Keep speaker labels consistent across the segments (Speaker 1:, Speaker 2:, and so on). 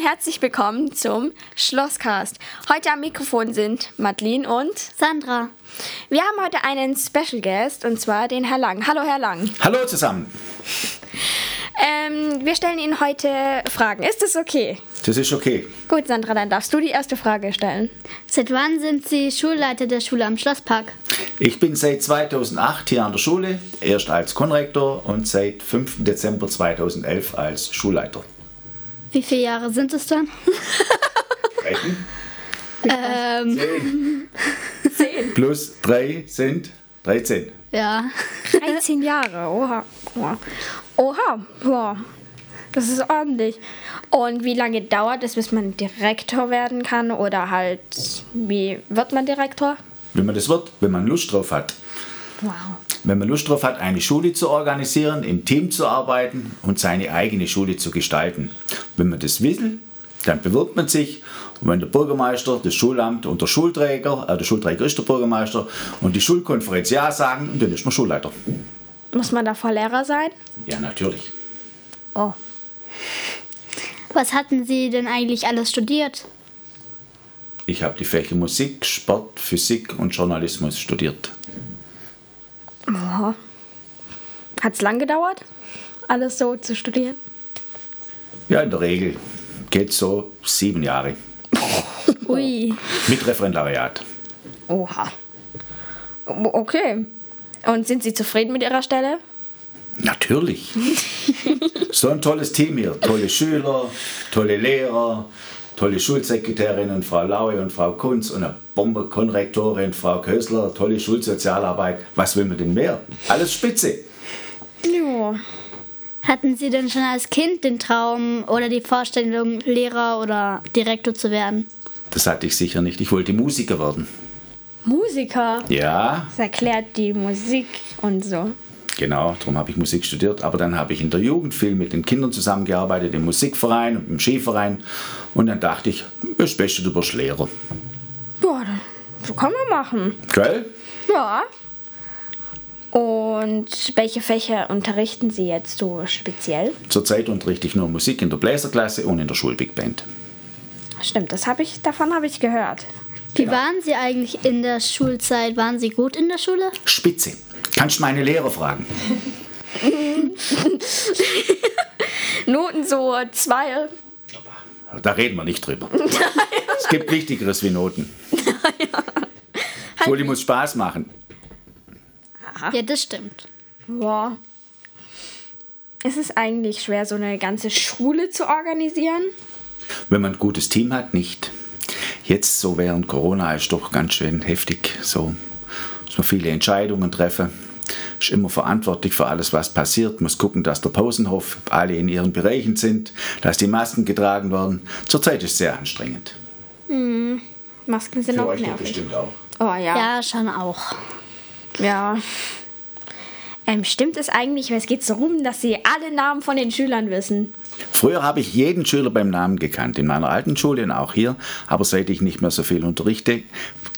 Speaker 1: herzlich willkommen zum Schlosscast. Heute am Mikrofon sind Madeline und
Speaker 2: Sandra.
Speaker 1: wir haben heute einen Special Guest und zwar den Herr Lang. Hallo Herr Lang.
Speaker 3: Hallo zusammen.
Speaker 1: Ähm, wir stellen Ihnen heute Fragen. Ist das okay?
Speaker 3: Das ist okay.
Speaker 1: Gut, Sandra, dann darfst du die erste Frage stellen.
Speaker 2: Seit wann sind Sie Schulleiter der Schule am Schlosspark?
Speaker 3: Ich bin seit 2008 hier an der Schule, erst als Konrektor und seit 5. Dezember 2011 als Schulleiter.
Speaker 2: Wie viele Jahre sind es dann?
Speaker 3: Rechnen.
Speaker 2: Ähm,
Speaker 3: Plus 3 sind 13.
Speaker 2: ja.
Speaker 1: 13 Jahre, oha. Oha, oha. ja. Das ist ordentlich. Und wie lange dauert es, bis man Direktor werden kann? Oder halt, wie wird man Direktor?
Speaker 3: Wenn man das wird, wenn man Lust drauf hat.
Speaker 1: Wow.
Speaker 3: Wenn man Lust drauf hat, eine Schule zu organisieren, im Team zu arbeiten und seine eigene Schule zu gestalten. Wenn man das will, dann bewirbt man sich. Und wenn der Bürgermeister, das Schulamt und der Schulträger, äh, der Schulträger ist der Bürgermeister und die Schulkonferenz Ja sagen, dann ist man Schulleiter.
Speaker 1: Muss man davor Lehrer sein?
Speaker 3: Ja, natürlich.
Speaker 1: Oh.
Speaker 2: Was hatten Sie denn eigentlich alles studiert?
Speaker 3: Ich habe die Fächer Musik, Sport, Physik und Journalismus studiert.
Speaker 1: Hat es lang gedauert, alles so zu studieren?
Speaker 3: Ja, in der Regel geht so sieben Jahre
Speaker 1: Ui.
Speaker 3: mit Referendariat.
Speaker 1: Oha. O- Okay. Und sind Sie zufrieden mit Ihrer Stelle?
Speaker 3: Natürlich. so ein tolles Team hier. Tolle Schüler, tolle Lehrer, tolle Schulsekretärinnen, Frau Laue und Frau Kunz und eine Bomberkonrektorin, Frau Kösler, tolle Schulsozialarbeit. Was will man denn mehr? Alles spitze.
Speaker 1: Ja.
Speaker 2: Hatten Sie denn schon als Kind den Traum oder die Vorstellung, Lehrer oder Direktor zu werden?
Speaker 3: Das hatte ich sicher nicht. Ich wollte Musiker werden.
Speaker 1: Musiker.
Speaker 3: Ja,
Speaker 1: Das erklärt die Musik und so.
Speaker 3: Genau, darum habe ich Musik studiert. Aber dann habe ich in der Jugend viel mit den Kindern zusammengearbeitet, im Musikverein und im Skiverein. Und dann dachte ich, das Beste du wirst Lehrer.
Speaker 1: Ja, dann- so kann man machen.
Speaker 3: Gell?
Speaker 1: Ja. Und welche Fächer unterrichten Sie jetzt so speziell?
Speaker 3: Zurzeit unterrichte ich nur Musik in der Bläserklasse und in der Schulbig Band.
Speaker 1: Stimmt, das habe ich, davon habe ich gehört.
Speaker 2: Wie waren Sie eigentlich in der Schulzeit? Waren Sie gut in der Schule?
Speaker 3: Spitze. Kannst meine Lehrer fragen.
Speaker 1: Noten so zwei.
Speaker 3: Da reden wir nicht drüber. es gibt Wichtigeres wie Noten. Schule muss Spaß machen.
Speaker 2: Ja, das stimmt.
Speaker 1: Ja. Ist es eigentlich schwer, so eine ganze Schule zu organisieren?
Speaker 3: Wenn man ein gutes Team hat, nicht. Jetzt so während Corona ist doch ganz schön heftig. So muss man viele Entscheidungen treffen. Ist immer verantwortlich für alles, was passiert. Muss gucken, dass der Pausenhof alle in ihren Bereichen sind, dass die Masken getragen werden. Zurzeit ist es sehr anstrengend.
Speaker 1: Masken sind auch nervig.
Speaker 3: bestimmt auch.
Speaker 1: Oh ja.
Speaker 2: Ja, schon auch.
Speaker 1: Ja. Ähm, stimmt es eigentlich, weil es geht so rum, dass Sie alle Namen von den Schülern wissen?
Speaker 3: Früher habe ich jeden Schüler beim Namen gekannt, in meiner alten Schule und auch hier, aber seit ich nicht mehr so viel unterrichte,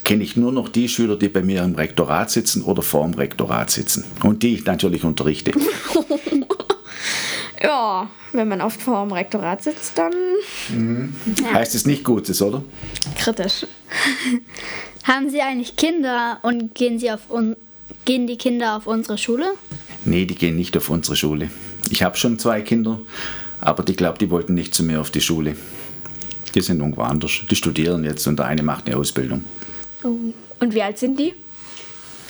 Speaker 3: kenne ich nur noch die Schüler, die bei mir im Rektorat sitzen oder vorm Rektorat sitzen und die ich natürlich unterrichte.
Speaker 1: Ja, wenn man oft vor dem Rektorat sitzt, dann
Speaker 3: Heißt es nicht Gutes, oder?
Speaker 1: kritisch.
Speaker 2: Haben Sie eigentlich Kinder und gehen, Sie auf un gehen die Kinder auf unsere Schule?
Speaker 3: Nee, die gehen nicht auf unsere Schule. Ich habe schon zwei Kinder, aber die glaube, die wollten nicht zu mir auf die Schule. Die sind irgendwo anders. Die studieren jetzt und der eine macht eine Ausbildung.
Speaker 1: Und wie alt sind die?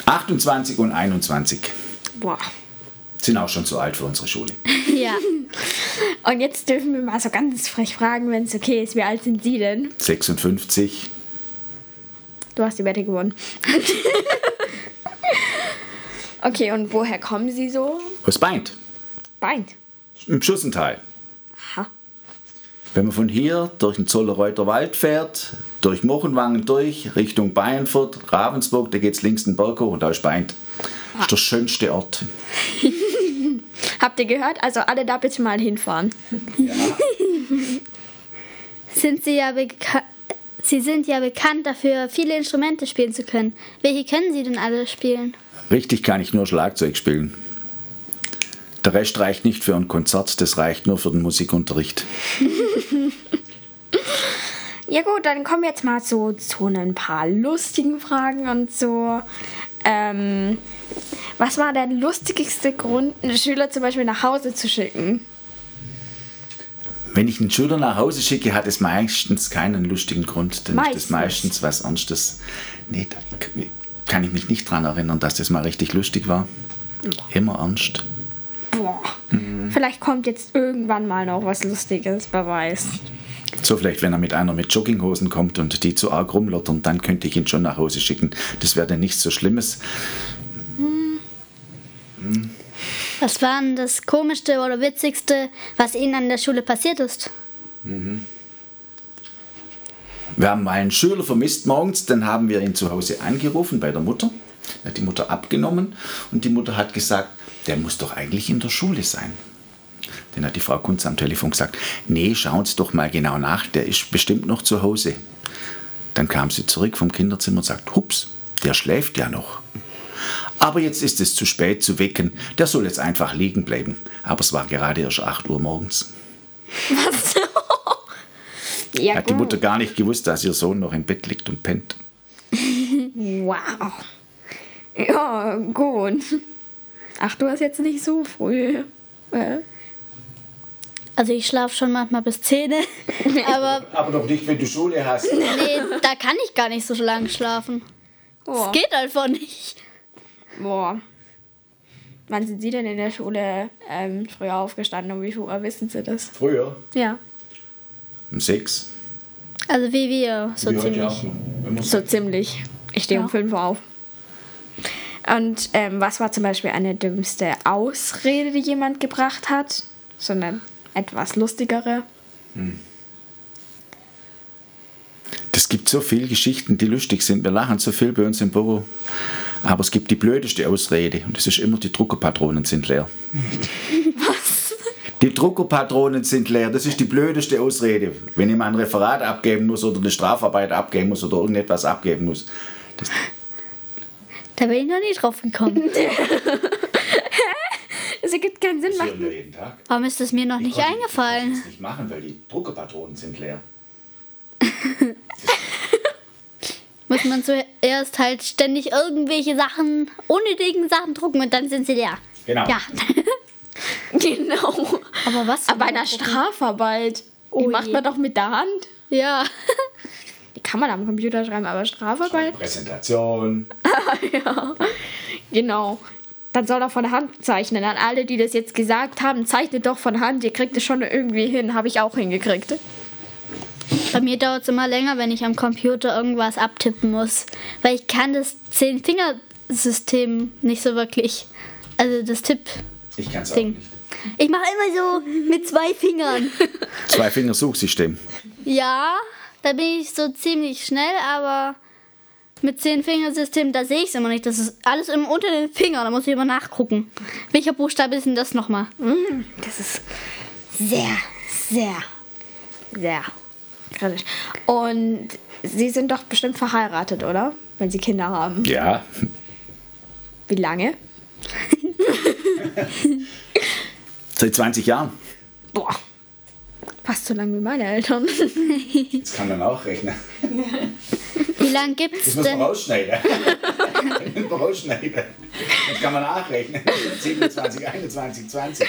Speaker 3: 28 und 21
Speaker 1: Boah.
Speaker 3: sind auch schon zu alt für unsere Schule.
Speaker 2: Ja.
Speaker 1: Und jetzt dürfen wir mal so ganz frech fragen, wenn es okay ist, wie alt sind Sie denn?
Speaker 3: 56,
Speaker 1: Du hast die Wette gewonnen. okay, und woher kommen Sie so?
Speaker 3: aus Beint,
Speaker 1: Beint.
Speaker 3: im Schussental.
Speaker 1: Aha.
Speaker 3: Wenn man von hier durch den Zollerreuter Wald fährt, durch Mochenwangen durch, Richtung Bayernfurt, Ravensburg, da geht's links den Berg hoch und da ist Beint. Das ist der schönste Ort.
Speaker 1: Habt ihr gehört? Also alle da bitte mal hinfahren.
Speaker 2: Sind Sie, ja beka- Sie sind ja bekannt dafür, viele Instrumente spielen zu können. Welche können Sie denn alle spielen?
Speaker 3: Richtig kann ich nur Schlagzeug spielen. Der Rest reicht nicht für ein Konzert, das reicht nur für den Musikunterricht.
Speaker 1: Ja gut, dann kommen wir jetzt mal zu, zu ein paar lustigen Fragen und so. Ähm, was war der lustigste Grund, einen Schüler zum Beispiel nach Hause zu schicken?
Speaker 3: Wenn ich einen Schüler nach Hause schicke, hat es meistens keinen lustigen Grund. Dann ist
Speaker 1: Meistens.
Speaker 3: es meistens was Ernstes. Nee, da kann ich mich nicht dran erinnern, dass das mal richtig lustig war. Immer ernst.
Speaker 1: Boah.
Speaker 3: Mhm.
Speaker 1: Vielleicht kommt jetzt irgendwann mal noch was Lustiges, wer weiß.
Speaker 3: So vielleicht, wenn er mit einer mit Jogginghosen kommt und die zu arg rumlottern, dann könnte ich ihn schon nach Hause schicken. Das wäre dann nichts so Schlimmes.
Speaker 2: Was war denn das Komischste oder Witzigste, was Ihnen an der Schule passiert ist?
Speaker 3: Wir haben mal einen Schüler vermisst morgens, dann haben wir ihn zu Hause angerufen bei der Mutter. Dann Hat die Mutter abgenommen und die Mutter hat gesagt, der muss doch eigentlich in der Schule sein. Dann hat die Frau Kunz am Telefon gesagt, nee, schauen Sie doch mal genau nach, der ist bestimmt noch zu Hause. Dann kam sie zurück vom Kinderzimmer und sagt, hups, der schläft ja noch. Aber jetzt ist es zu spät zu wecken, der soll jetzt einfach liegen bleiben. Aber es war gerade erst 8 Uhr morgens.
Speaker 1: Ja,
Speaker 3: Hat die Mutter gar nicht gewusst, dass ihr Sohn noch im Bett liegt und pennt.
Speaker 1: Wow. Ja, gut. Ach, du hast jetzt nicht so früh. Äh,
Speaker 2: Also ich schlafe schon manchmal bis 10, aber
Speaker 3: Aber doch nicht, wenn du Schule hast.
Speaker 2: nee, da kann ich gar nicht so lange schlafen.
Speaker 1: boah.
Speaker 2: Das geht einfach nicht.
Speaker 1: boah. Wann sind Sie denn in der Schule ähm, früher aufgestanden und wie viel Uhr wissen Sie das?
Speaker 3: Früher?
Speaker 1: Ja.
Speaker 3: Um sechs.
Speaker 2: Also wie wir, so ziemlich.
Speaker 1: So ziemlich. Ich stehe um
Speaker 2: Ja.
Speaker 1: 5 Uhr auf. Und ähm, was war zum Beispiel eine dümmste Ausrede, die jemand gebracht hat? So eine etwas lustigere.
Speaker 3: Es gibt so viele Geschichten, die lustig sind. Wir lachen so viel bei uns im Büro. Aber es gibt die blödeste Ausrede. Und das ist immer, die Druckerpatronen sind leer. Was? Die Druckerpatronen sind leer. Das ist die blödeste Ausrede. Wenn jemand ein Referat abgeben muss oder eine Strafarbeit abgeben muss oder irgendetwas abgeben muss. Das,
Speaker 2: Da bin ich noch nie drauf gekommen.
Speaker 1: Es ergibt keinen Sinn. Macht,
Speaker 3: wir jeden Tag.
Speaker 2: Warum ist es mir noch nicht eingefallen?
Speaker 3: nicht machen, weil die Druckerpatronen sind leer.
Speaker 2: Muss man zuerst halt ständig irgendwelche Sachen, unnötigen Sachen drucken und dann sind sie leer.
Speaker 3: Genau.
Speaker 2: Ja.
Speaker 1: genau.
Speaker 2: Aber was?
Speaker 1: Aber bei einer Strafarbeit. Die
Speaker 2: Oh
Speaker 1: macht
Speaker 2: je.
Speaker 1: man doch mit der Hand.
Speaker 2: Ja.
Speaker 1: Die kann man am Computer schreiben, aber Strafarbeit?
Speaker 3: Präsentation.
Speaker 1: Genau. Dann soll er von der Hand zeichnen. An alle, die das jetzt gesagt haben, zeichnet doch von Hand. Ihr kriegt es schon irgendwie hin. Habe ich auch hingekriegt.
Speaker 2: Bei mir dauert es immer länger, wenn ich am Computer irgendwas abtippen muss. Weil ich kann das Zehn-Finger-System nicht so wirklich. Also das Tipp-Ding.
Speaker 3: Ich kann es
Speaker 2: Ich mache immer so mit zwei Fingern.
Speaker 3: Zwei Finger Suchsystem.
Speaker 2: Ja, da bin ich so ziemlich schnell, aber mit Zehn-Finger-System, da sehe ich es immer nicht. Das ist alles immer unter den Fingern. Da muss ich immer nachgucken. Welcher Buchstabe ist denn das nochmal?
Speaker 1: Das ist sehr, sehr, sehr kritisch. Und Sie sind doch bestimmt verheiratet, oder? Wenn Sie Kinder haben.
Speaker 3: Ja.
Speaker 1: Wie lange?
Speaker 3: Seit 20 Jahren.
Speaker 1: Boah. Fast so lang wie meine Eltern.
Speaker 3: Das kann man auch rechnen.
Speaker 2: Wie lange gibt's
Speaker 3: muss man
Speaker 2: denn?
Speaker 3: rausschneiden. Das muss man rausschneiden. Das kann man nachrechnen. 27, 21, 20.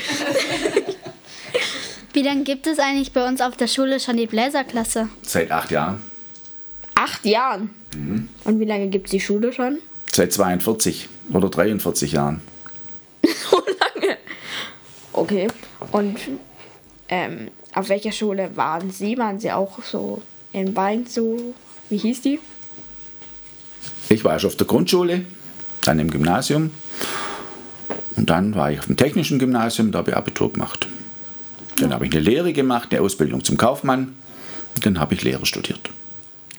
Speaker 2: Wie lange gibt es eigentlich bei uns auf der Schule schon die Bläserklasse?
Speaker 3: Seit acht Jahren.
Speaker 1: Acht Jahren. Und wie lange gibt es die Schule schon?
Speaker 3: Seit 42 oder 43 Jahren.
Speaker 1: Okay. Und ähm, auf welcher Schule waren Sie? Waren Sie auch so in Bein so? Wie hieß die?
Speaker 3: Ich war erst auf der Grundschule, dann im Gymnasium. Und dann war ich auf dem technischen Gymnasium, da habe ich Abitur gemacht. Dann habe ich eine Lehre gemacht, eine Ausbildung zum Kaufmann. Und dann habe ich Lehre studiert.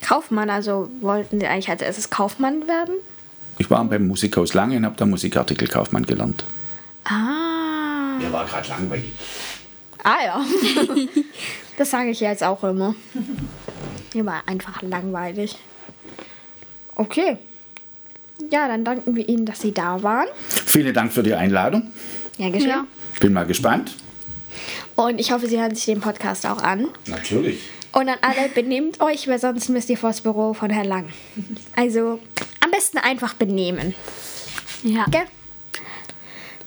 Speaker 1: Kaufmann, also wollten Sie eigentlich als erstes Kaufmann werden?
Speaker 3: Ich war beim Musikhaus Lange und habe da Musikartikelkaufmann gelernt.
Speaker 1: Ah.
Speaker 3: Mir war gerade langweilig.
Speaker 1: Ah ja. das sage ich jetzt auch immer. Mir war einfach langweilig. Okay. Ja, dann danken wir Ihnen, dass Sie da waren.
Speaker 3: Vielen Dank für die Einladung.
Speaker 1: Ja, geschehen.
Speaker 2: Ja.
Speaker 3: Bin mal gespannt.
Speaker 1: Und ich hoffe, Sie hören sich den Podcast auch an.
Speaker 3: Natürlich.
Speaker 1: Und an alle, benehmt euch, weil sonst müsst ihr vors Büro von Herrn Lang. Also am besten einfach benehmen.
Speaker 2: Ja.
Speaker 1: Gell?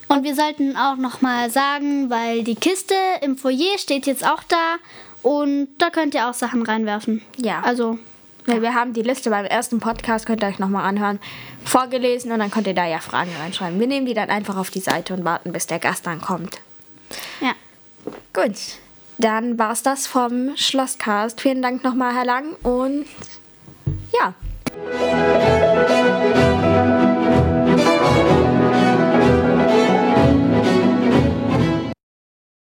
Speaker 2: Und wir sollten auch nochmal sagen, weil die Kiste im Foyer steht jetzt auch da und da könnt ihr auch Sachen reinwerfen.
Speaker 1: Ja.
Speaker 2: Also,
Speaker 1: Weil wir haben die Liste beim ersten Podcast, könnt ihr euch nochmal anhören, vorgelesen und dann könnt ihr da ja Fragen reinschreiben. Wir nehmen die dann einfach auf die Seite und warten, bis der Gast dann kommt.
Speaker 2: ja.
Speaker 1: Gut, dann war's das vom Schlosscast. Vielen Dank nochmal, Herr Lang. Und ja,